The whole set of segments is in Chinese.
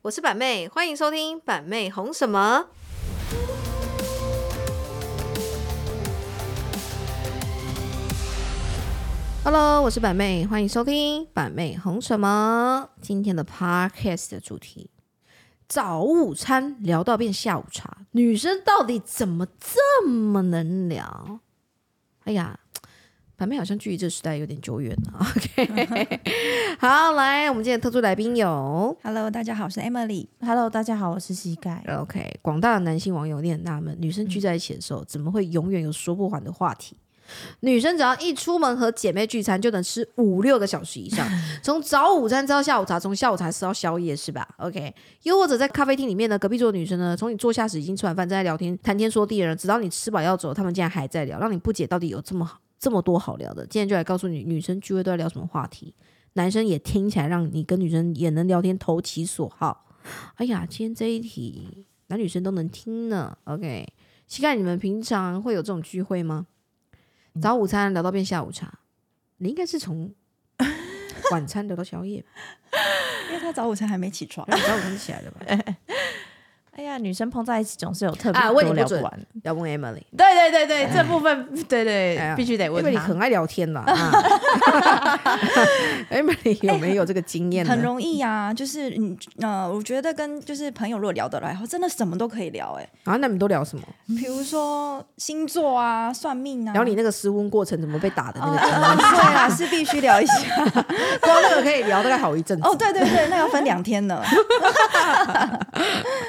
我是板妹，欢迎收听《板妹红什么》。Hello，我是板妹，欢迎收听《板妹红什么》。今天的 Podcast 的主题：早午餐聊到变下午茶，女生到底怎么这么能聊？哎呀，板妹好像距离这时代有点久远了。OK，好，来，我们今天的特殊来宾有 Hello，大家好，我是 Emily。 Hello，大家好，我是膝盖。 OK，广大的男性网友有点纳闷，女生聚在一起的时候，怎么会永远有说不完的话题？女生只要一出门和姐妹聚餐，就能吃五六个小时以上，从早午餐吃到下午茶，从下午茶吃到宵夜，是吧？OK，又或者在咖啡厅里面呢，隔壁桌的女生呢，从你坐下时已经吃完饭，正在聊天谈天说地的人，直到你吃饱要走，他们竟然还在聊，让你不解到底有这么好这么多好聊的。今天就来告诉你，女生聚会都在聊什么话题，男生也听起来让你跟女生也能聊天投其所好。哎呀，今天这一题男女生都能听呢。OK，膝盖，你们平常会有这种聚会吗？早午餐聊到变下午茶，你应该是从 晚餐聊到宵夜吧？ 因为他早午餐还没起床，然后早午餐就起来了吧？ 哎呀，女生碰在一起总是有特别啊问你多不聊不准完的。 要问 Emily，对对对对，这部分对哎呀对必须得问 Emily 他。很爱聊天 啦。啊 Emily 有没有这个经验呢？很容易啊。就是你呃，我觉得跟就是朋友如果聊得来，真的什么都可以聊哎、啊，那你们都聊什么？比如说星座啊、算命啊。聊你那个失温过程怎么被打的那呃个呃经呃验，对 啊，是必须聊一下。 光那个可以聊大概好一阵子。哦，对对对，那要分两天呢。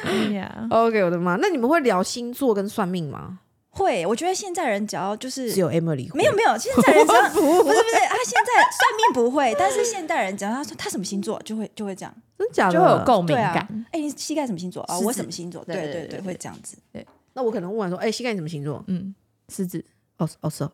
对哎呀， OK，我的妈！那你们会聊星座跟算命吗？会，我觉得现在人只要就是只有 Emily 会没有没有，现在人只要不是不是，他现在算命不会，但是现代人只要他说他什么星座，就会就会这样。真假的就会有共鸣对啊感。，哎、你膝盖什么星座啊？狮子我什么星座？对对对对对对，对会这样子。那我可能问完说，哎、膝盖你什么星座？嗯，狮 子哦哦是哦，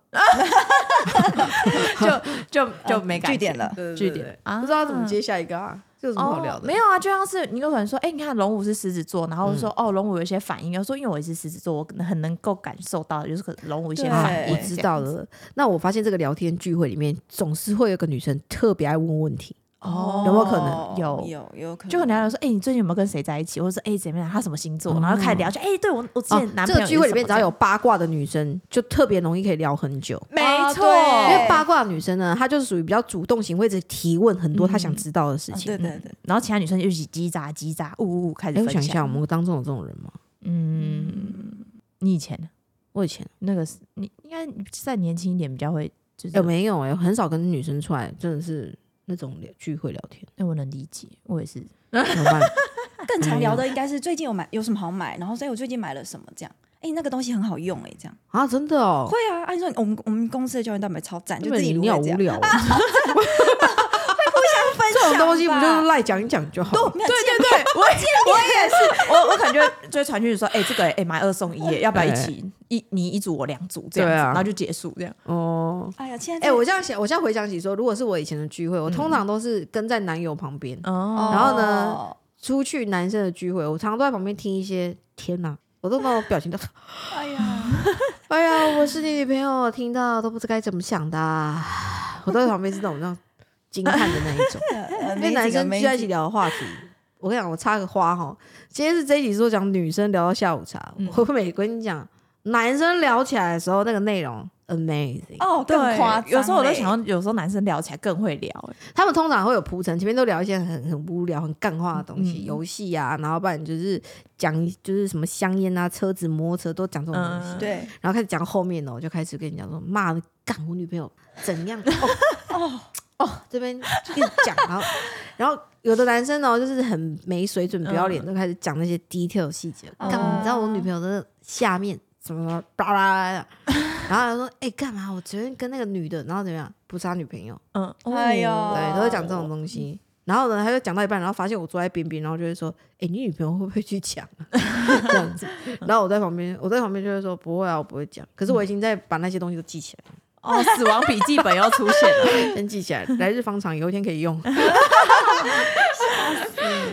就就就没感觉呃据点了，对据点啊不知道怎么接下一个啊，这有什么好聊的？哦没有啊，就像是你有可能说，哎，你看龙武是狮子座，然后我就说哦，龙武有一些反应，我说因为我也是狮子座，我可能很能够感受到，就是可龙武一些对反应。啊我知道了。那我发现这个聊天聚会里面，总是会有个女生特别爱问问题。哦有没有可能有有有可能，哦就可能聊说，哎、你最近有没有跟谁在一起，或者是哎、怎么样，他什么星座，然后开始聊，就哎、对我我之前男哦这朋友、个聚会里面，只要有八卦的女生，就特别容易可以聊很久。没啊错，对因为八卦的女生呢，她就是属于比较主动型，会一直提问很多她想知道的事哦情。嗯对对对，然后其他女生就一起叽喳叽喳，呜呜呜开始哎，分我想享。一下，我们当中有这种人吗？嗯，你以前我以前那个是你应该再年轻一点比较会，就是有没有哎、很少跟女生出来，真的是那种聊聚会聊 天，哎、我能理解，我也是，怎么办？更常聊的应该是最近有买有什么好买，然后所以我最近买了什么这样。哎，那个东西很好用哎，这样啊，真的哦会，啊。按说我们我们公司的胶原蛋白超赞，就自啊己你如你好何无这样 聊、哦。分这享种东西不吧就是赖讲一讲就好都了？没有对对对，我我也是，我我可能就会就会传讯息说，哎、这个哎、买二送一，要不要一起一你一组我两组这样对子，啊然后就结束这样。哦，哎呀，现在哎、我这样想，我现在回想起说，如果是我以前的聚会，我通常都是跟在男友旁边、哦哦然后呢，出去男生的聚会，我常常都在旁边听一些。天哪，我都把我表情都， 哎呀，哎呀，我是你女朋友，我听到都不知该怎么想的啊、 我都在旁边是那种那种惊叹的那一种。 因为男生聚在一起聊的话题，我跟你讲，我插个花哈，今天是这一集说讲女生聊到下午茶，嗯我每跟你讲，男生聊起来的时候那个内容 amazing。哦，更对夸张。欸有时候我都想，欸要，有时候男生聊起来更会聊、欸他们通常会有铺陈，前面都聊一些很很无聊、很干话的东西，嗯游戏啊，然后不然就是讲就是什么香烟啊、车子、摩托车都讲这种东西，嗯对然后开始讲后面的，我就开始跟你讲说骂的干我女朋友怎 样哦哦这边就跟你讲，然后 然后有的男生呢就是很没水准、不要脸，就开始讲那些 detail 细节，嗯干、你知道我女朋友的下面怎么了巴拉巴拉的，然后他说哎干、嘛？我昨天跟那个女的，然后怎么样？不是他女朋友。嗯，哎呦对，哦都会讲这种东西。然后呢，他就讲到一半，然后发现我坐在边边，然后就会说：“哎、你女朋友会不会去讲、啊？” 这样子。然后我在旁边，我在旁边就会说：“不会啊，我不会讲。”可是我已经在把那些东西都记起来哦，死亡笔记本又出 现了。了，先记起来，来日方长，有一天可以用。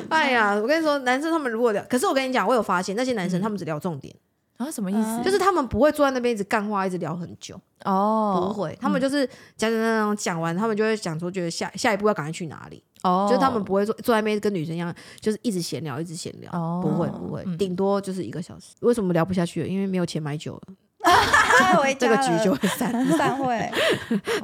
哎呀，我跟你说，男生他们如果聊，可是我跟你讲，我有发现那些男嗯生他们只聊重点，啊，什么意思？嗯就是他们不会坐在那边一直干话，一直聊很久，哦，不会，他们就是讲讲讲讲讲完，他们就会讲说，觉得下下一步要赶快去哪里。哦就是他们不会坐坐在那边跟女生一样，就是一直闲聊，一直闲聊，哦不 会不会嗯，顶、多就是一个小时。为什么聊不下去了？因为没有钱买酒了，太回 这啊家个了，局就会散。 散会。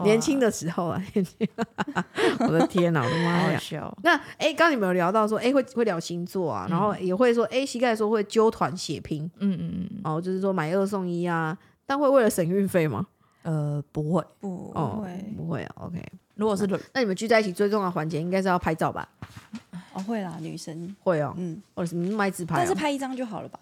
年轻哦的时候啊，年轻 我的天哪，我的哇好妈好呀！笑，那哎，诶刚刚你们有聊到说，哎，会会聊星座啊，然后也会说，哎，膝盖说会揪团血拼，嗯嗯哦，就是说买二送一啊，但会为了省运费吗？嗯，呃，不会，不哦会，，不会啊，OK。如果是那你们聚在一起最重要的环节应该是要拍照吧？哦会啦，女生，会哦，嗯，或者什么卖自拍、啊，但是拍一张就好了吧？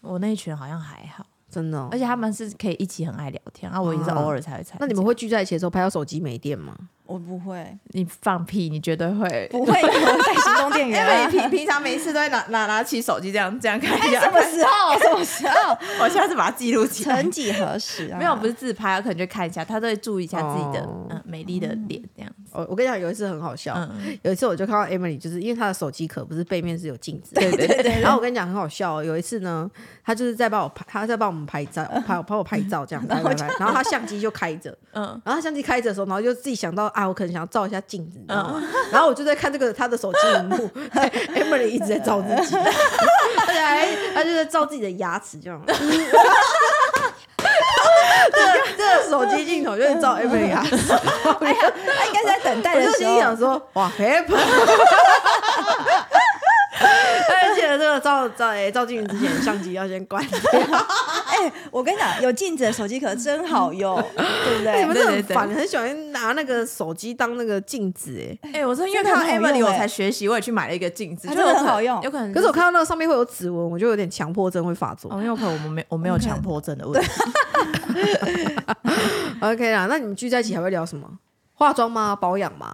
我那一群好像还好，真的、哦而。且他们是可以一起很爱聊天，啊，我也是偶尔才会参加。那你们会聚在一起的时候拍到手机没电吗？我不会， 你放屁，你绝对 会。不会，我带行动电源啊。平平常没事都会拿拿拿起手机这样这样看一 什么时候？什么时候？我下次把它记录起来曾。几何时啊？ 没有，不是自拍，我可能就看一下，他都会注意一下自己的哦嗯美丽的脸这样子。我我跟你讲，有一次很好笑，嗯，有一次我就看到 Emily，就是因为她的手机壳不是背面是有镜子，对对对对然后我跟你讲很好笑、哦，有一次呢，她就是在帮我拍，她在帮我们拍照，拍我帮我拍照这样拍拍拍，然后她相机就开着，嗯，然后相机开着的时候，然后就自己想到啊，我可能想要照一下镜子，你知道嗯吗？然后我就在看这个她的手机屏 幕，Emily 一直在照自己，而且还她就在照自己的牙齿 这样。 这个这个手机镜头就是照 Emily 牙齿，哎他应该是在等待我就的时心想 候。说， 哇 h a p p e 而且这个照照哎、照镜子之前，相机要先 关掉，哎，我跟你讲，有镜子的手机壳真好用， 对不你们？真的对对哎很对烦，很喜欢拿那个手机当那个镜子哎、哎，我是因为真的看到很好 Emily 用我欸才学习，我也去买了一个镜子，它就真的有很可好用有可能。可是我看到那个上面会有指纹，我就有点强迫症会发作。哦，因为可能我们没我没有强迫症的问题， OK 啦，那你们聚在一起还会聊什么？化妆吗？保养吗？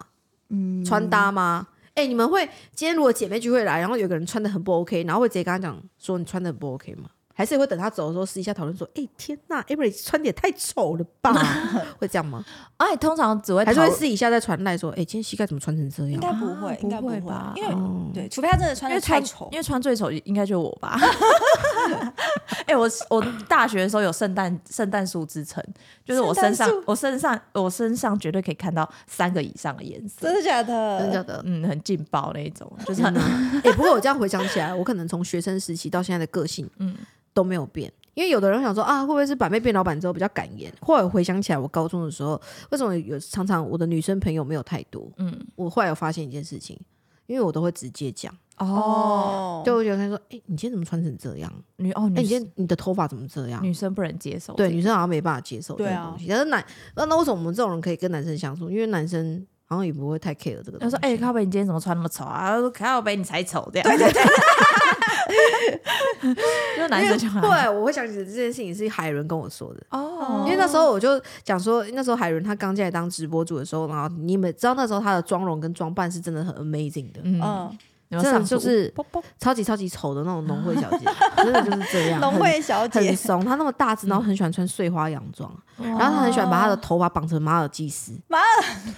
嗯，穿搭吗？哎、你们会今天如果姐妹聚会来，然后有个人穿的很不 OK，然后会直接跟他讲说你穿的很不 OK 吗？还是会等他走的时候私底下讨论说，哎、天呐 e m i l y 穿的也太丑了 吧？会这样吗？哎，通常只会还是会讨私底下再传来说，哎、今天膝盖怎么穿成这应样？该不会啊，应该不不会会吧因为对，除非他真的穿因为的太穿丑因。为穿最丑应该就是我吧。哎、我是我大学的时候有圣诞圣诞树之称，就是我身上圣诞树我身上我身上绝对可以看到三个以上的颜色真，的假真的假的？的？嗯，很劲爆那一种，就是真很的。 哎、不过我这样回想起来，我可能从学生时期到现在的个性，嗯嗯，都没有变。因为有的人想说啊，会不会是板妹变老板之后比较敢言？后来我回想起来，我高中的时候为什么有常常我的女生朋友没有太多？嗯嗯，我后来有发现一件事情，因为我都会直接讲，哦，就会觉得他说，哎、你今天怎么穿成这样？女哦哎、女你今生天你的头发怎么这样？女生不能接受，对，女生好像没办法接受这对个啊东西。但是男那那为什么我们这种人可以跟男生相处？因为男生好像也不会太 care 这个东西。他说哎、靠北你今天怎么穿那么丑啊？他说靠北你才丑这样， 对对对，就是男因为生就很后来我会想起这件事情是海伦跟我说的。哦因为那时候我就讲说，那时候海伦她刚进来当直播主的时候，然后你们知道那时候她的妆容跟装扮是真的很 amazing 的，嗯，嗯，然真后的上就是啵啵超级超级丑的那种农会小 姐，真的就是这样，农会小很姐嗯很，怂。她那么大只，然后很喜欢穿碎花洋装，然后她很喜欢把哦她的头发绑成马尔济斯，你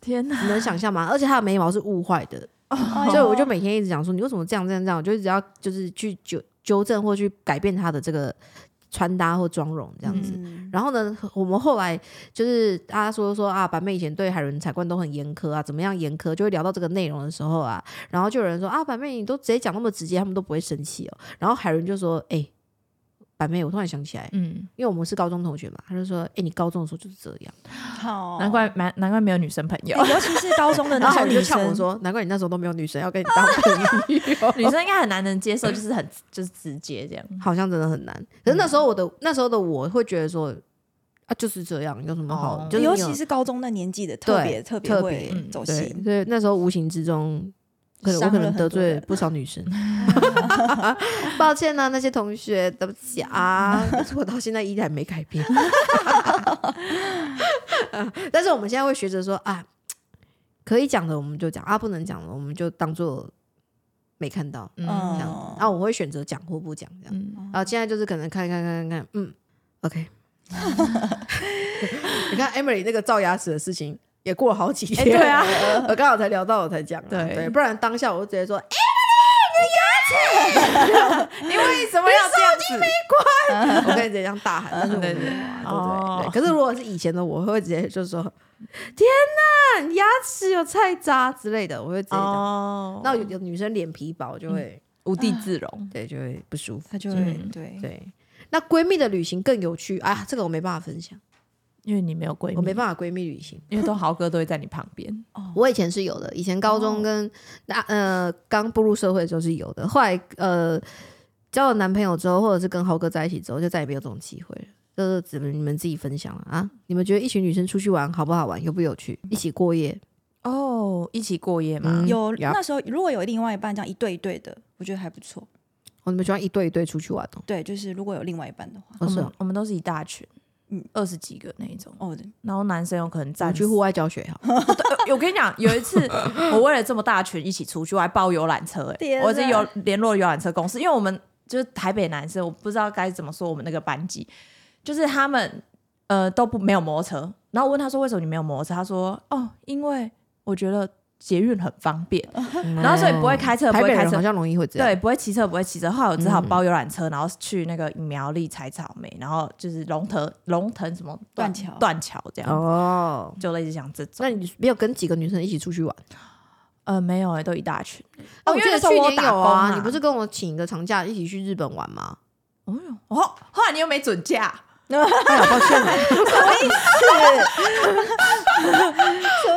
天哪，能想象吗？而且她的眉毛是雾坏的，哎呦 所以我就每天一直讲说，你为什么这样这样这样？我就一直要就是去纠纠正或去改变她的这个穿搭或妆容这样子。嗯然后呢，我们后来就是大家说说啊，板妹以前对海伦采冠都很严苛啊，怎么样严苛，就会聊到这个内容的时候啊，然后就有人说啊，板妹你都直接讲那么直接，他们都不会生气哦。然后海伦就说，哎、板妹，我突然想起来，嗯。因为我们是高中同学嘛，他就说，哎、你高中的时候就是这样。好，难怪蛮难怪没有女生朋友， 哎尤其是高中的然那后海种伦就女呛我生，说，难怪你那时候都没有女生要跟你当朋友。 女生应该很难能接受，就是很 就是直接这样。好像真的很难。可是那时候我的、那时候的我会觉得说，啊，就是这样，有什么好？哦就是尤你有其是高中那年纪的，特对别特别特会别走对心，，所以那时候无形之中，可能我伤可了能很得多罪了人不少女 生，抱歉呢、那些同学，对不起啊，可是我到现在依然没改 变。但是我们现在会学着说啊，可以讲的我们就讲啊，不能讲的我们就当做没看到这样嗯子。然后我会选择讲或不讲这样。嗯，然后现在就是可能看看看看看，嗯，OK。你看 Emily 那个造牙齿的事情也过了好几天，哎对啊， 我刚好才聊到，我才讲啊、对对，不然当下我就直接说，Emily， 你为什么要这样子？嗯我可以直接这样大喊，但是我没有啊，对不对哦对？可是如果是以前的我，我会直接就说：“天哪，你牙齿有菜渣之类的。”我会直接讲。哦嗯那有有女生脸皮薄，就会无地自容。对就会不舒服。她就会嗯对对，那闺蜜的旅行更有趣啊，这个我没办法分享， 因为你没有闺蜜，我没办法闺蜜旅行。因为都豪哥都会在你旁边。我以前是有的，以前高哦中跟那、呃刚步入社会的时候是有的，后来呃交了男朋友之后，或者是跟豪哥在一起之后，就再也没有这种机会了。就是只能你们自己分享了啊！你们觉得一群女生出去玩好不好玩，有不有趣？一起过夜，哦，一起过夜嗯有 Yup 那时候如果有另外一半这样一对一对的，我觉得还不错。哦，你们喜欢一对一对出去玩哦？对，就是如果有另外一半的话，哦我是们哦，我们都是一大群，嗯二十几个那一种。哦，然后男生有可能你占去户外教学哈，对我跟你讲，有一 次我为了这么大群一起出去，我还包游览车、哎，天哪我是有联络游览车公司，因为我们就是台北男生，我不知道该怎么说我们那个班级，就是他们呃都不没有摩托车，然后我问他说为什么你没有摩托车，他说哦，因为我觉得捷运很方便， 然后所以不会开车，不台会北开人车好，像容易会这样。对，不会骑车，不会骑车。后来我只好包游览车，然后去那个苗栗采草莓，然后就是龙腾龙腾什么 断桥断桥这样，哦，就类似像这种。那你没有跟几个女生一起出去玩？呃，没有哎、都一大群。哦，我因为记得那时候去我年打有工啊，啊，你不是跟我请一个长假一起去日本玩吗？哦，后来你又没准假，哎呀，抱 歉了，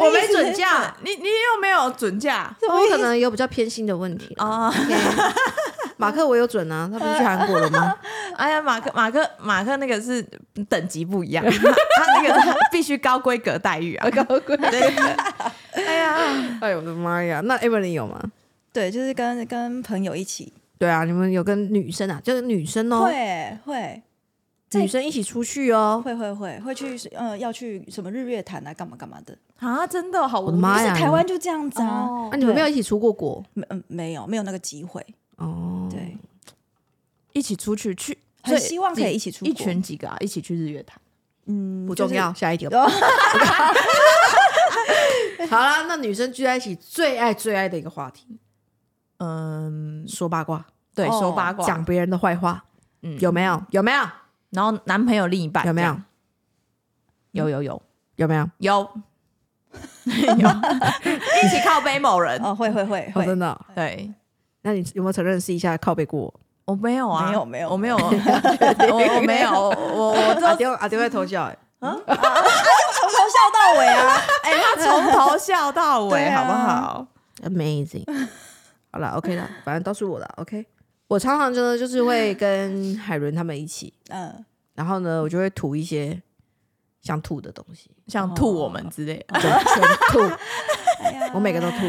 我没准假，你你又没有准假我哦可能有比较偏心的问题啦啊、马克我有准啊，他不是去韩国了吗？哎呀，马克马克马克那个是等级不 一样，他他那个是必须高规格待遇啊， 高规格。哎呀，哎呦我的妈呀！那 Evelyn 有吗？对，就是跟跟朋友一起，对啊，你们有跟女生啊，就是女生哦，会会女生一起出去哦。会会会会去呃要去什么日月潭啊，干嘛干嘛的。啊，真的好无我的妈就呀是台湾就这样子啊，哦啊，你们没有一起出过国没嗯没有没有那个机会，哦？对，一起出去去，很所希望可以一起出国一群几个啊，一起去日月潭。嗯，不就重是要，下一题吧。 好啦，那女生聚在一起最爱最爱的一个话题，嗯，说八卦，对，哦说八卦，讲别人的坏话，嗯有没有？有没有？然后男朋友另一半有没有这样？有有有有没有？有 有，一起靠背某人。哦，会会会哦会，真的哦？对，那你有没有承认试一下靠背过我？我没有啊，没有没有 我没有，我我没有，我我我阿丢阿丢在偷笑哎，从头笑到尾啊，哎，他从头笑到对尾，啊好不好？ Amazing，好了，OK 了，反正都是我的，OK。我常常真的就是会跟海伦他们一起，嗯，然后呢，我就会吐一些想吐的东西，想吐我们之类的，整全吐，哎呀我每个都吐，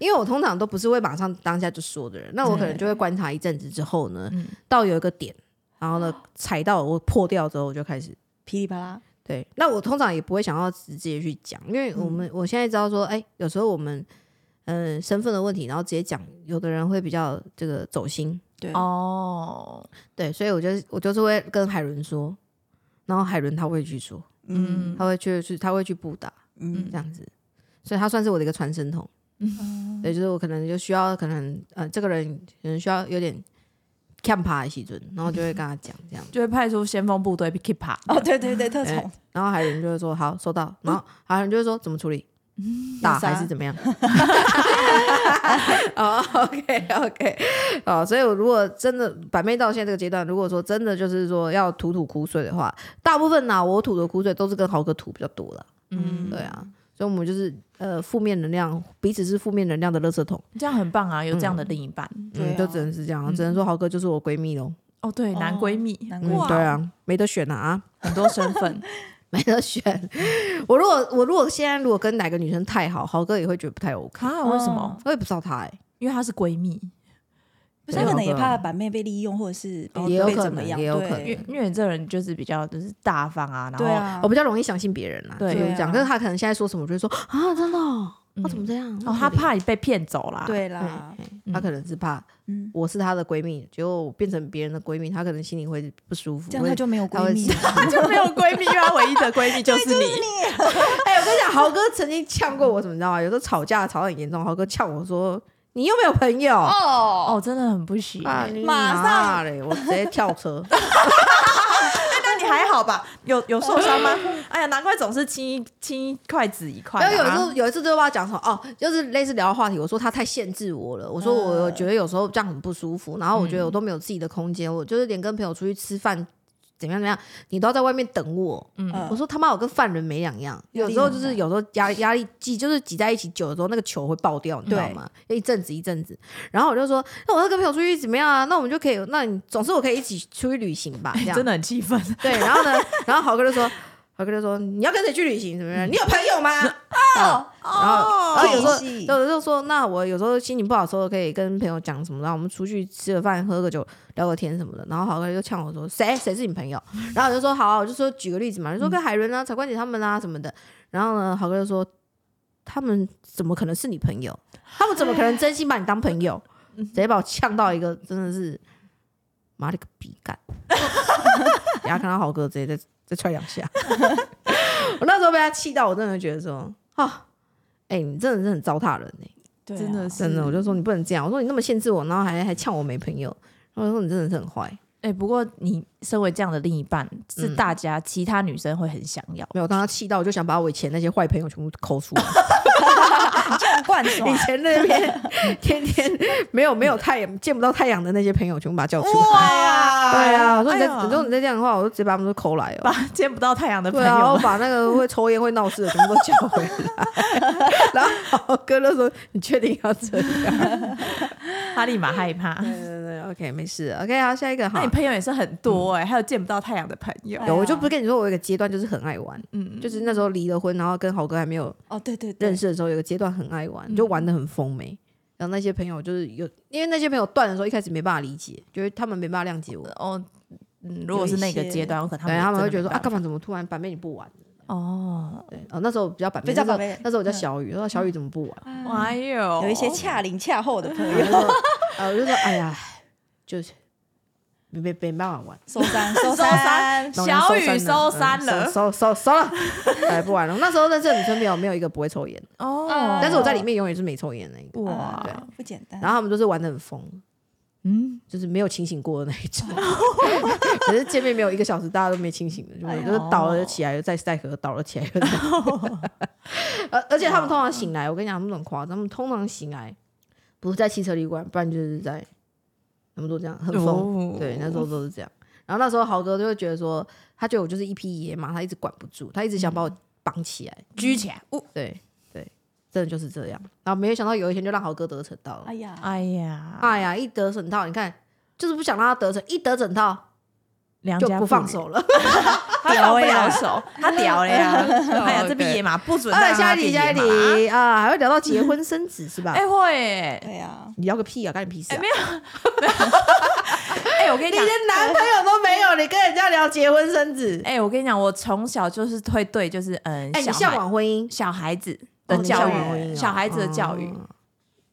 因为我通常都不是会马上当下就说的人，那我可能就会观察一阵子之后呢，到有一个点，然后呢踩到我破掉之后，我就开始噼里啪啦，对，那我通常也不会想要直接去讲，因为我嗯们、我现在知道说，哎、有时候我们嗯、呃身份的问题，然后直接讲，有的人会比较这个走心，对，哦，对，所以我就我就是会跟海伦说，然后海伦他会去说，嗯他会去去他会去布达嗯这样子，所以他算是我的一个传声筒，嗯对，就是我可能就需要可能呃这个人可能需要有点。看爬的时准，然后就会跟他讲这样，就会派出先锋部队 p i k p a 哦，对对对，特宠，然后海伦就会说好收到，然后海伦就会说怎么处理， 打嗯有啥还是怎么 样？哦，OK OK，哦，所以我如果真的板妹到现在这个阶段，如果说真的就是说要吐吐苦水的话，大部分呢、我吐的苦水都是跟豪哥吐比较多了，嗯，对啊，所以我们就是呃负面能量，彼此是负面能量的垃圾桶，这样很棒啊，有这样的另一半，对嗯，啊就只能是这样，只能说豪哥就是我闺蜜喽，哦，对，哦男闺蜜，男嗯，哇对，啊，没得选了啊。很多身 份，没得选，我如果我如果现在如果跟哪个女生太好，豪哥也会觉得不太 OK，啊，为什么？我也不知道她哎、因为她是闺蜜，不是他可能也啊怕版妹被利用，或者是被哦也有被可怎么能样，也有对可能因为因为你这人就是比较就是大方啊，然对后啊我，比较容易相信别人啦，对就是这样。啊嗯可是他可能现在说什么，我就会说啊，真的、哦，他、怎么这样？哦，他她怕你被骗走啦，，对啦，他可能是怕嗯，我是她的闺蜜，结果我变成别人的闺蜜，她可能心里会不舒服。这样他会就没有他闺会蜜知了， 她就没有闺蜜，因为她唯一的闺蜜就是你。啊哎、我跟你讲，豪哥曾经呛过我，怎么你知道吗？有时候吵架吵得很严重，豪哥呛我说：“你又没有朋友哦，哦，真的很不行欸、啊！你马上妈嘞，我直接跳车。那你还好吧？有有受伤 吗？哎呀，难怪总是青一青一块紫一块、然啊。后有一次有一次对爸讲什么哦，就是类似聊话题，我说他太限制我了，我说我嗯我觉得有时候这样很不舒服，然后我觉得我都没有自己的空间，我就是连跟朋友出去吃饭怎么样怎么样，你都要在外面等我。嗯我说他妈我跟犯人没两样，有有力时候很就大是有时候压压力挤，就是挤在一起久的时候，那个球会爆掉，你知道对吗？一阵子一阵子，然后我就说，那我要跟朋友出去怎么样啊？那我们就可以，那你总是我可以一起出去旅行吧，这样哎真的很气 愤。对，然后呢，然后豪哥就说，豪哥就说你要跟谁去旅行怎么样？你有朋友 吗？嗯啊哦然后，然后有时候，建议有时候说，那我有时候心情不好的时候，可以跟朋友讲什么，然后我们出去吃个饭、喝个酒、聊个天什么的。然后好哥就呛我说：“谁谁是你朋友？” 然后我就说：“好啊、我就说举个例子嘛，就嗯说跟海伦啊、曹冠杰他们啊什么的。”然后呢，好哥就说：“他们怎么可能是你朋友？他们怎么可能真心把你当朋友？”嗯直接把我呛到一个，真的是妈了个逼干！然后看到豪哥直接再再踹两下， 我那时候被他气到，我真的觉得说啊。哎、你真的是很糟蹋人哎、对啊真的是真的，我就说你不能这样，我说你那么限制我，然后还还呛我没朋友，然后我说你真的是很坏。哎、不过你身为这样的另一半，是嗯大家、其他女生会很想要。没有，当他气到，我就想把我以前那些坏朋友全部抠出来。你这样灌啊爽以，前那边天天没有没有太阳见不到太阳的那些朋友，全部把他叫出来。呀对啊，我说你再哎哎呀你说你再这样的话，我就直接把他们都抠来把哦。见不到太阳的朋对友啊， 我们，把那个 会抽烟会闹事的全部都叫回来。然后豪哥就说：“你确定要这样他立马害怕？”。对对对，OK，没事，OK 好，下一个 那哈你。朋友也是很多嗯哎、还有见不到太阳的朋友哎。有，我就不是跟你说，我有一个阶段就是很爱玩，嗯，就是那时候离了婚，然后跟豪哥还没有哦，对对对认，识的时候，有个阶段很爱玩，嗯就玩的很疯没。然后那些朋友就是有，因为那些朋友断的时候，一开始没办法理解，就是他们没办法谅解我，哦，嗯，如果是那个阶段，我可能对，他他们们会觉得说啊，干嘛？嘛怎么突然板妹你不玩？哦，对，哦，那时候比较板妹，比较那时候板妹那时候我嗯叫小雨，我说小雨怎么不玩？哎呦，有一哦些恰零恰后的朋 我就友，说，呃， 我就说，哎呀，就是没没没办法玩。收山收收山山，然后小我就雨收山嗯了哦收收收收了， 哎，不玩了。那时候认识的女生没有没有一个不会抽烟，哦，嗯但是我在里面永远是没抽烟的那一个。哇对，不简单。然后他们就是玩的很疯，嗯，就是没有清醒过的那一种。 可是见面没有一个小时，大家都没清醒的，就哎是呦就是倒了就起来，又再再喝，倒了起来又再喝。 而而且他们通常醒来，我跟你讲，他们很夸张，他们通常醒来不是在汽车旅馆，不然就是在他们都这样很疯。哦对，那时候都是这样。然后那时候豪哥就会觉得说，他觉得我就是一匹野马，他一直管不住，他一直想把嗯我绑起来。举起来，哦，对对，真的就是这样。然后没有想到有一天就让豪哥得逞到了哎。呀，哎呀，哎呀，一得整套，你看，就是不想让他得逞，一得整套良就家不放妇女，手了。他屌屌不欸啊了手， 他屌了呀，哎呀，这 OK 匹野马不准再哦哎，让下他一题，变下野一马，题啊，还会聊到结婚生子是吧？ 哎会欸，对呀，你聊个屁啊，干你屁事啊！哎我跟你你讲连。男朋友都没有，你跟人家聊结婚生子？哎、我跟你讲，我从小就是会对，就是嗯，哎，你小向孩往婚姻小孩子哦的你教向育，往婚姻哦嗯小孩子的教育，哦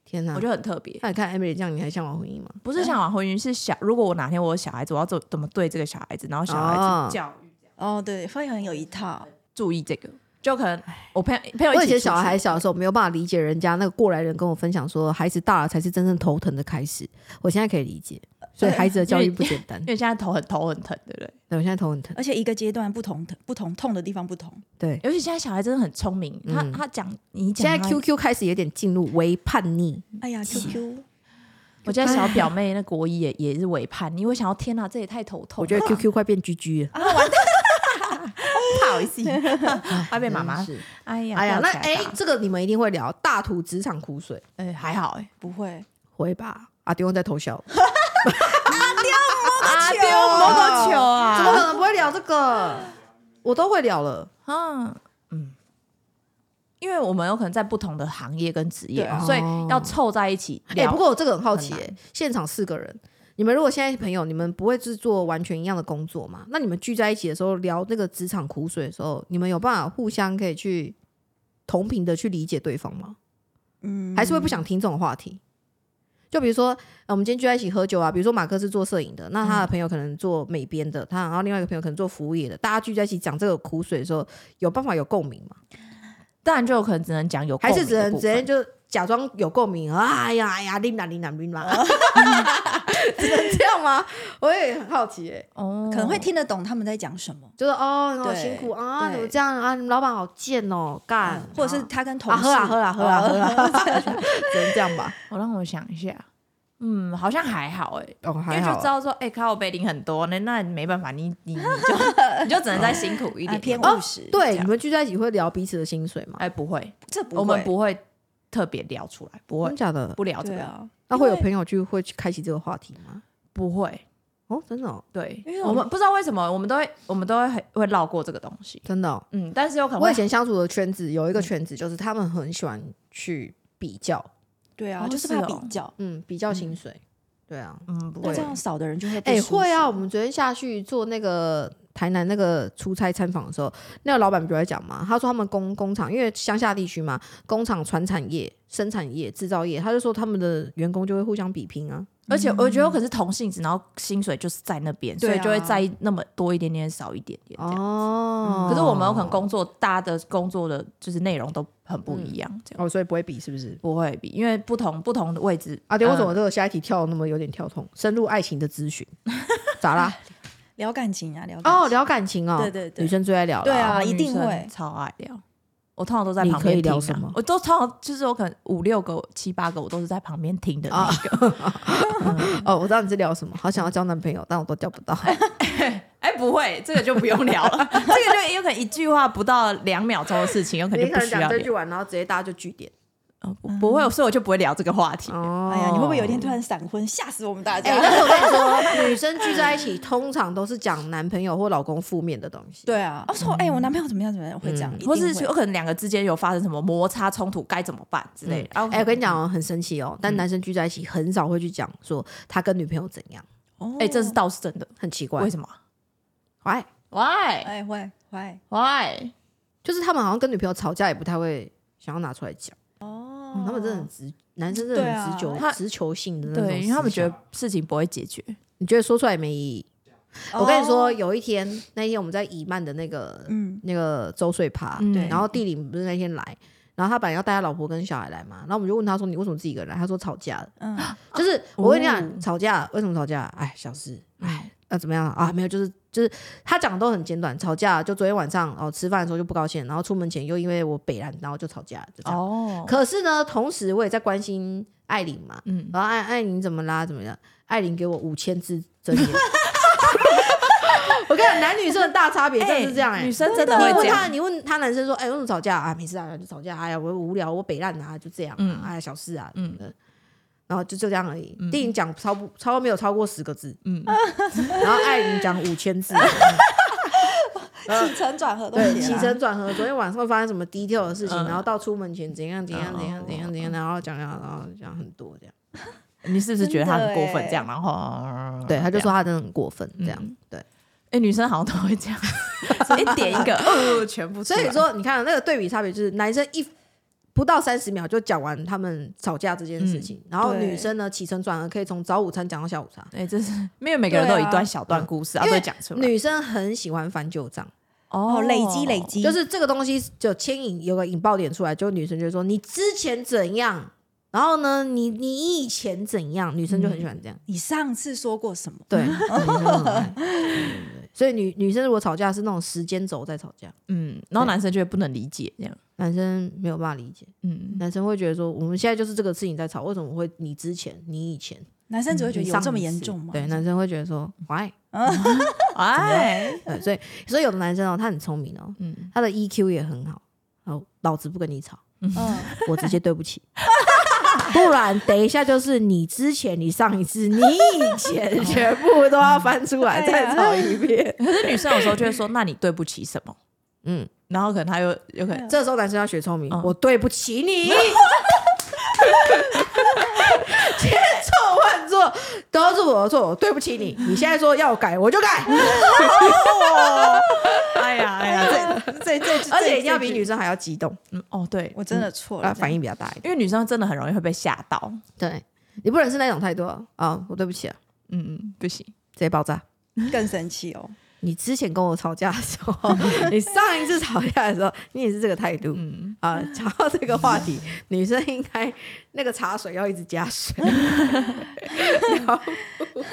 天哪我！觉得很特别。那你看 Emily 这样，你还向往婚姻吗？不是向往婚姻，是小。如果我哪天我有小孩子，我要怎怎么对这个小孩子，然后小孩子哦教育、哦，对，会很有一套，注意这个，就可能我朋友朋友一我起以前出小孩去还小的时候，没有办法理解人家那个过来人跟我分享说，孩子大了才是真正头疼的开始。我现在可以理解，所以孩子的教育不简单因。为现在头很头很疼，对不对？对，我现在头很疼。而且一个阶段不同的不同痛的地方不同，对，尤其现在小孩真的很聪明，他、嗯他讲你讲现在他 QQ 开始有点进入微叛逆，哎呀，QQ，我家小表妹那国一也也是委叛逆，我想要天哪，这也太头痛了。我觉得 QQ 快变 GG 了。啊不好意 思，还被妈妈真是哎呀哎呀，不那要起哎来打，这个你们一定会聊大吐职场苦水，哎、还好哎、不会，会吧？阿丢在偷笑，阿球丢摸个球啊，怎么可能不会聊这个？我都会聊了，啊，嗯，因为我们有可能在不同的行业跟职业对啊嘛，所以要凑在一起哎，聊。不过我这个很好奇，很哎，现场四个人。你们如果现在朋友，你们不会是做完全一样的工作嘛？那你们聚在一起的时候聊那个职场苦水的时候，你们有办法互相可以去同频的去理解对方吗？嗯，还是会不想听这种话题。就比如说，呃我们今天聚在一起喝酒啊，比如说马克是做摄影的，那他的朋友可能做美编的，他然后另外一个朋友可能做服务业的，大家聚在一起讲这个苦水的时候，有办法有共鸣吗？当然就有可能只能讲有共还鸣的是只能部直接分就假装有共鸣啊？哎呀哎呀，琳达琳达琳达，只能这样吗？我也很好奇哎、哦，可能会听得懂他们在讲什么，就是哦，好对辛苦啊，对怎么这样啊？你们老板好贱哦，干，或者是啊他跟同啊事喝啦喝啦喝 啦哦喝啦， 只能这样吧？我哦让我想一下，嗯，好像还好哎、哦，因为就知道说，哎、靠，我北领很多，那那你没办法，你你你 就你就只能再辛苦一啊点，偏哦务实。对，你们聚在一起会聊彼此的薪水吗？哎、不会，这不我们会，不会特别聊出来，不会真假的？不聊这对个，啊，那会有因为朋友聚会去开启这个话题吗？不会，哦，真的哦，对因为，我我们们不知道为什么，我们都会我们都会很会绕过这个东西，真的哦。嗯，但是有可能我会以前相处的圈子有一个圈子，就是他们很喜欢去比较，对啊，哦就是是怕哦比较。嗯，比较薪水，对啊，嗯不那会这，样少的人就会哎、哎会啊！我们昨天下去做那个台南那个出差参访的时候，那个老板不是在讲嘛，他说他们工工厂，因为乡下地区嘛，工厂、传产业、生产业、制造业，他就说他们的员工就会互相比拼啊。而且我觉得有可能是同性质，然后薪水就是在那边，所对以啊就会在意那么多一点点，少一点点这样。哦可是我们有可能工作，大家的工作的就是内容都很不一样，这样哦，所以不会比是不是？不会比，因为不同不同的位置啊，对，呃为什么这个下一题跳得那么有点跳痛？深入爱情的咨询， 咋啦？聊感情啊，聊感哦，情聊感情哦，对对对女生最爱聊了。对啊然后一女定生会超爱聊。我通常都在你旁可以边听、聊啊，什么我都通常就是我可能五六个、七八个，我都是在旁边听的那一个。哦，我知道你是聊什么，好想要交男朋友，但我都交不到。哎、不会，这个就不用聊 了，这个就有可能一句话不到两秒钟的事情，有可能你就可不能需讲要这句聊。完，然后直接大家就据点。哦不不会，所以我就不会聊这个话题。哦哎呀，你会不会有一天突然闪婚，吓死我们大哎、 家？但是我跟你说，女生聚在一起通常都是讲男朋友或老公负面的东西。对啊，我说哎，我男朋友怎么样怎么样，会这样，一定或是会有可能两个之间有发生什么摩擦冲突，该怎么办之类的。啊嗯然后哎、我跟你讲哦，很生气哦，但男生聚在一起很少会去讲说他跟女朋友怎样，哦哎、这是倒是真的，很奇怪为。什么哎， ？Why 哎会会 why？就是他们好像跟女朋友吵架也不太会想要拿出来讲，哦嗯他们真的很直，男生真的对啊很直球、他直球性的那种思想。对，因为他们觉得事情不会解决，你觉得说出来也没意义。我跟你说，，有一天那一天我们在宜曼的那个哦嗯，那个周岁趴，嗯对然后弟弟不是那天来，然后他本来要带他老婆跟小孩来嘛，然后我们就问他说：“你为什么自己一个人来？”他说：“吵架了。”嗯，就是我跟你讲，哦吵架为什么吵架？哎，小事，哎，那、怎么样啊？没有，就是就是他讲的都很简短。吵架就昨天晚上哦，吃饭的时候就不高兴，然后出门前又因为我北兰，然后就吵架了，就这样。哦，可是呢，同时我也在关心艾琳嘛，嗯，然后艾艾琳怎么啦？怎么样？艾琳给我五千字真 言。我跟你讲，男女生的大差别真的是这样哎、女生真的会你这问样，他，你问他男生说，哎、为什么吵架啊？没事啊，就吵架。哎呀，我无聊，我北烂啊，就这样、啊。嗯哎呀，小事啊，嗯嗯然后就就这样而已。嗯电影讲超不超没有超过十个字，嗯， 然后艾琳讲五千 字。 起承转合都对，写起啦承转合，昨天晚上发生什么低调的事情，嗯然后到出门前怎样怎样嗯怎样怎样怎样，然后讲讲然后讲很多这样。你是不是觉得他很过真的分欸这样？然后对，他就这样说他真的很过分这样嗯。对，哎，女生好像都会这样，一点一个，哦，全部出所来。以说你看那个对比差别就是男生一。不到三十秒就讲完他们吵架这件事情，然后对女生呢起承转合可以从早午餐讲到下午茶，哎，这是因为每个人都有一对啊段小段故事，啊，因都为会讲出来。女生很喜欢翻旧账，哦哦，累积累，积，就是这个东西就牵引有个引爆点出来，就女生就说你之前怎样，然后呢你你以前怎样，女生就很喜欢这样。你上次说过什么？ 对，女生很爱对对对所以女女生如果吵架是那种时间轴在吵架，嗯，然后男生就会不能理解这样，男生没有办法理解，嗯，男生会觉得说我们现在就是这个事情在吵，为什么会你之前你以前男生只会觉嗯得你有上这么一严次重吗？嗯对，男生会觉得说 why？哎，对，所以所以有的男生哦，他很聪明哦，嗯，他的 EQ 也很好，哦，老子不跟你吵。嗯， 我直接对不起。不然等一下就是你之前、你上一次、你以 前全部都要翻出来啊再吵一遍。可是女生有时候就会说，那你对不起什么？嗯，然后可能他又有可能这时候男生要学聪明，嗯我对不起 你，千错万错都是我的错，我对不起嗯你。你现在说要我改，我就改，哎呀哎呀，这这这 这，而且一定要比女生还要激动，嗯哦对，我真的错啊，了，反应比较大一点。因为女生真的很容易会被吓到，对你不能哦是那种态度啊，啊我对不起啊，嗯嗯，不行，直接爆炸。这样更生气哦。你之前跟我吵架的时 候，你上一次吵架的时候，你也是这个态度。嗯，啊， 讲到这个话题，女生应该那个茶水要一直加水。 了不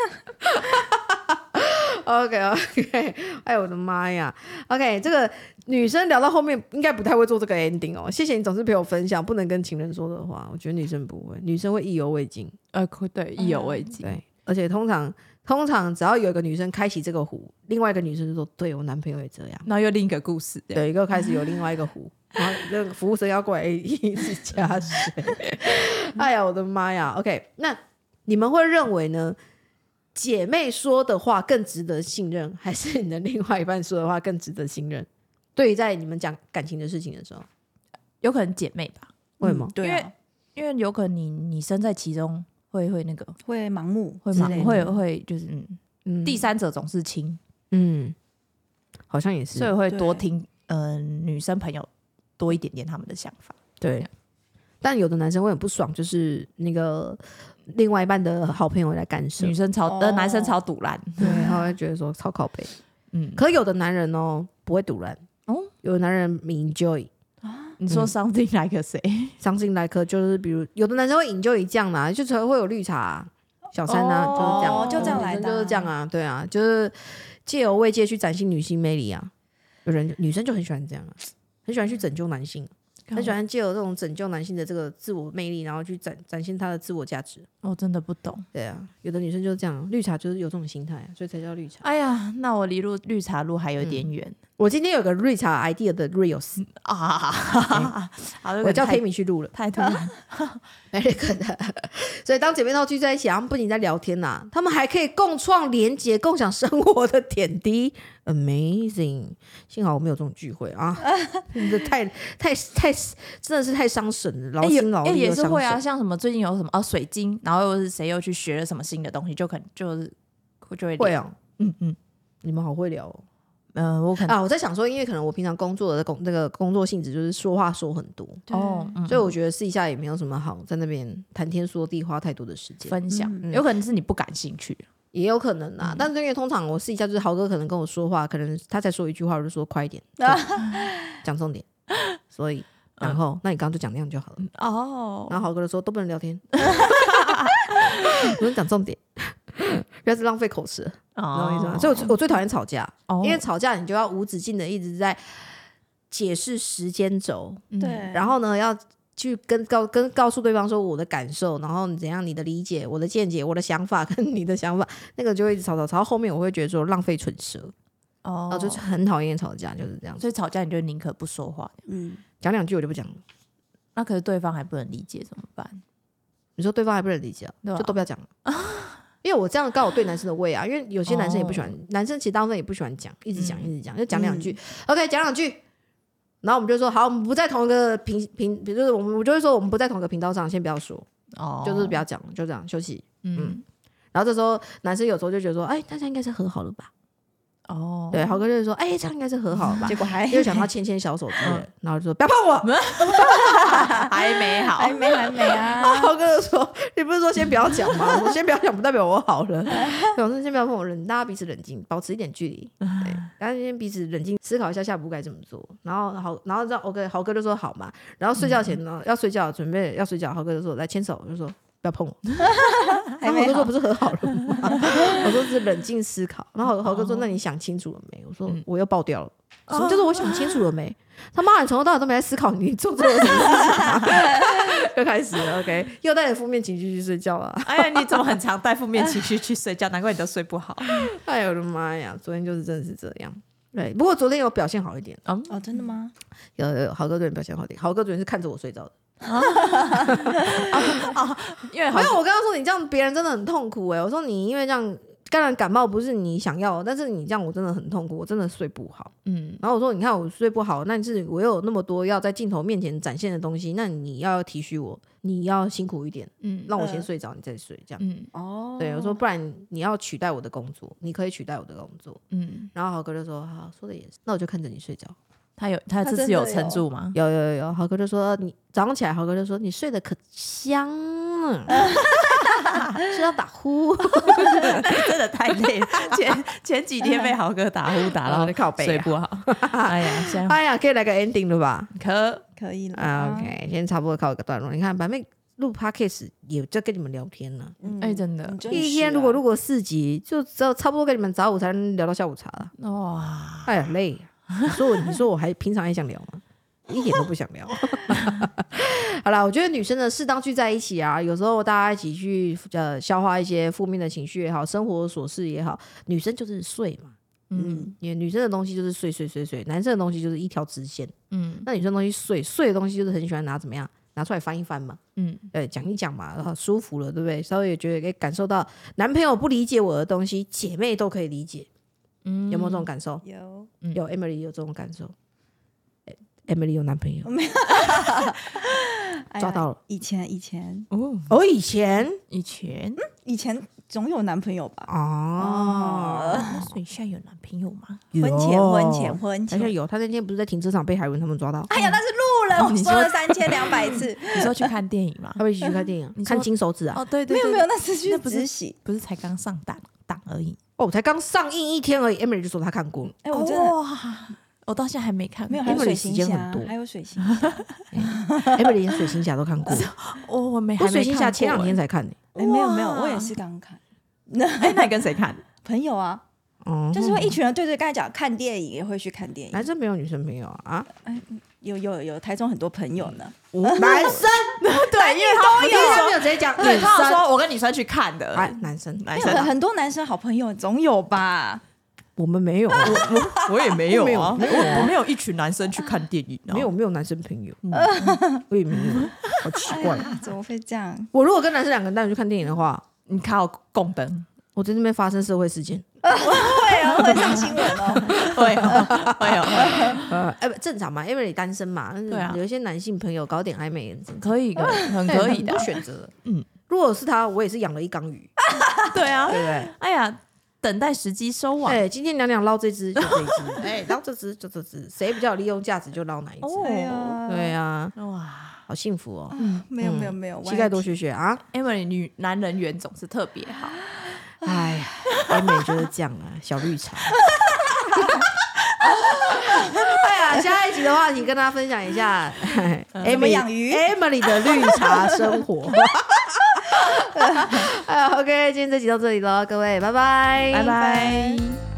OK OK，哎 呦我的妈呀！OK，这个女生聊到后面应该不太会做这个 ending 哦。谢谢你总是陪我分享不能跟情人说的话，我觉得女生不会，女生会意犹未尽。呃，可对，意犹未尽。对，而且通常通常只要有一个女生开启这个壶，另外一个女生就说：“对我男朋友也这样。”然后又另一个故事，这样对，一个开始有另外一个 壶，然后那个服务生要过来一直加 水。哎呀，我的妈呀！OK，那你们会认为呢？姐妹说的话更值得信任，还是你的另外一半说的话更值得信任？ 对于在你们讲感情的事情的时候，有可能姐妹吧，为什么？对因啊，因为有可能你你身在其中会会那个会盲目会之嘛类的会会就是嗯，嗯第三者总是亲，嗯，好像也所以是会多对听呃女生朋友多一点点他们的想法。对，但有的男生会很不爽，就是那个另外一半的好朋友来干涉女，生超呃哦男生超堵烂，对，他会觉得说超靠背。嗯，可有的男人哦不会堵人哦哦，有的男人 enjoy 你说 something like a 谁？ something like 就是比如有的男生会 enjoy 这样啦、就才会有绿茶啊、小三啊，就是这样，哦就这样来的啊就是这样啊，对啊，就是借由慰藉去展现女性魅力啊。有人女生就很喜欢这样啊，很喜欢去拯救男性，很喜欢借由这种拯救男性的这个自我魅力，然后去展展现他的自我价值。我哦真的不懂。对啊，有的女生就是这样啊，绿茶就是有这种心态啊，所以才叫绿茶。哎呀，那我离路绿茶路还有点远我今天有个绿茶 idea 的 reels，嗯啊！ 好，我叫可 Kimi 去录了。太突然，没那个的。 所以当姐妹套聚在一起，他们不仅在聊天呐、他们还可以共创连结、共享生活的点滴，amazing。幸好我没有这种聚会 啊，真的太太太真的是太伤神了，劳也心劳哎力也又是伤神。会啊，像什么最近有什么啊水晶，然后又是谁又去学了什么新的东西，就可能就是就会会聊，哦，嗯嗯你们好会聊哦嗯，我可能啊！我在想说，因为可能我平常工作的工那个工作性质就是说话说很多，哦，嗯所以我觉得私底下也没有什么好在那边谈天说地花太多的时间。分享嗯，有可能是你不感兴趣，也有可能啊，但是因为通常我试一下，就是豪哥可能跟我说话，可能他才说一句话，我就说快一点，讲重点。所以，然后、那你刚刚就讲那样就好了。哦然后豪哥就说都不能聊天，不能讲重点，不要是浪费口舌，你懂我意思吗？所以我最我最讨厌吵架，哦因为吵架你就要无止境的一直在解释时间轴，嗯对，然后呢要。去跟告跟告诉对方说我的感受，然后你怎样你的理解、我的见解、我的想法跟你的想法，那个就会一直吵吵吵。到后面我会觉得说浪费唇舌，然哦后就是很讨厌吵架，就是这样。所以吵架你就宁可不说话，嗯，讲两句我就不讲了。那可是对方还不能理解怎么办？你说对方还不能理解啊、对啊就都不要讲了。 因为我这样刚好对男生的胃啊，因为有些男生也不喜欢，男生其实大部分也不喜欢讲，一直讲、嗯一直讲，就讲两句、o k 讲两句。然后我们就说好，我们不在同一个频频，比如说我们我就会说我们不在同一个频道上，先不要说，哦，就是不要讲，就这样休息。嗯然后这时候男生有时候就觉得说，哎，大家应该是和好了吧？哦，对，豪哥就会说，哎，这样应该是和 好了吧结？果还又想到牵牵小手之类的，然后就说不要碰我。啊还没好哎还没还没然后 啊，豪哥就说，你不是说先不要讲吗？我说先不要讲，不代表我好了。我说先不要碰我，冷，大家彼此冷静，保持一点距离。对，大家先彼此冷静思考一下下一步该怎么做。然后豪，然后这样 OK，豪哥就说好嘛。然后睡觉前呢，要睡觉，准备要睡觉，豪哥就说来牵手，我就说不要碰我。还然后豪没哥说好不，是和好了吗？ 我说是冷静思考。然后豪豪哥说：“那你想清楚了没？”我说：“我又爆掉了。”什么叫做我想清楚了没？他妈，你从头到尾都没在思考你做错了什么事情啊， 又开始了。OK，又带着负面情绪去睡觉 了。 哎呀，你怎么很常带负面情绪去睡觉？难怪你都睡不好。哎呦我的妈呀！昨天就是真的是这样。对，不过昨天有表现好一点，嗯，哦，真的吗？有有有豪哥昨天表现好一点。豪哥昨天是看着我睡着的。因为好没有，我刚刚说你这样，别人真的很痛苦哎、我说你因为这样，当然感冒不是你想要的，但是你这样我真的很痛苦，我真的睡不好。嗯，然后我说：“你看我睡不好，但是我又有那么多要在镜头面前展现的东西，那你要体恤我，你要辛苦一点，嗯让我先嗯睡着，你再睡，这样。嗯哦，对，我说不然你要取代我的工作，你可以取代我的工作。嗯，然后豪哥就说：“好，说的也是，那我就看着你睡觉。他有他这真次的有有撑住吗”？有有有有，豪哥就说：“你早上起来，豪哥就说你睡得可香了。” 是要打呼， 真的太累 了。前前几天被豪哥打呼打哦 到你靠背啊睡不好，哎呀，现在哎呀，可以来个 ending 了吧？可可以啊了。 ，OK，今天差不多告一个段落。你看，板妹录 podcast 也在跟你们聊天呢、嗯哎真的很真一实天如啊果录过四集，就只有差不多跟你们早午餐聊到下午茶了。哇，哎呀，累呀、你说我，你说我还平常还想聊吗？ 一点都不想聊。 好啦，我觉得女生呢，适当聚在一起啊，有时候大家一起去呃消化一些负面的情绪也好，生活琐事也好，女生就是睡嘛，嗯因为女生的东西就是睡睡睡睡，男生的东西就是一条直线。嗯那女生的东西睡睡的东西就是很喜欢拿怎么样拿出来翻一翻嘛，嗯，对，讲一讲嘛，然后舒服了，对不对？稍微也觉得可以感受到男朋友不理解我的东西，姐妹都可以理解，嗯有没有这种感受？有嗯有 Emily 有这种感受、e m i l y 有男朋友，哎抓呀到了。以前以前哦，我、以前以前嗯以前总有男朋友吧？哦，那所以现在有男朋友吗？有婚前婚前，婚而且前。有哦他那天不是在停车场被海文他们 抓到，哎呀，那是路人，我你说说了三千两百 次。你说去看电影吗他？们一起去看电影，你说看金手指啊。哦，对对，没有对没有，，那是去那不是直洗。不是才刚上档档而已。哦，才刚上映一天而已，Emily 就说她看过了。哎，我真的哇，我到现在还没看过，没有，还有 Emily 水行时间侠啊很多，还有 水行侠。 Emily 连水行侠都看过，我哦我没，我还没水行侠看前过两天才看的。哎，没有没有，哇我也是刚看。哎， 哎那你跟谁看？朋友啊，哦，哎就是会一群人，对对，刚才讲看电影也会去看电男影，生没有女生没有啊？有有有，台中很多朋友呢。 男生对，因为他因为他没有直接讲对，女他有生，说我跟女生去看的，哎，男生，男没有生啊很多男生好朋友总有吧？我们没有，我也没有啊，我没有没有啊 我没有一群男生去看电影啊，没有没有男生朋友，嗯 我也没有，好奇哎怪。哎怎么会这样？我如果跟男生两个单独去看电影的话，你看到共灯，我在那边发生社会事件，会啊，会上新闻哦。 会哦会哦，呃，哎、不正常嘛，因为你单身嘛，对啊有一些男性朋友搞点暧昧， 可以的，很 可 以的我，选择。嗯嗯，如果是他，我也是养了一缸鱼， 对啊对，不对？哎呀，等待时机收网哎、，今天两两捞这只就这一只，哎、捞这只就这只，谁比较有利用价值就捞哪一只。哦嗯 对啊，对啊，哇好幸福哦。没有没有没有，膝盖多学学啊！ ，Emily 女男人缘总是特别好，哎呀，欧美就是这样啊，小绿茶。 哎呀，下一集的话题跟大家分享一下怎么哎 Emily- 养鱼 Emily 的绿茶生 活。哎呀，OK，今天这集到这里了，各位，拜拜，拜拜。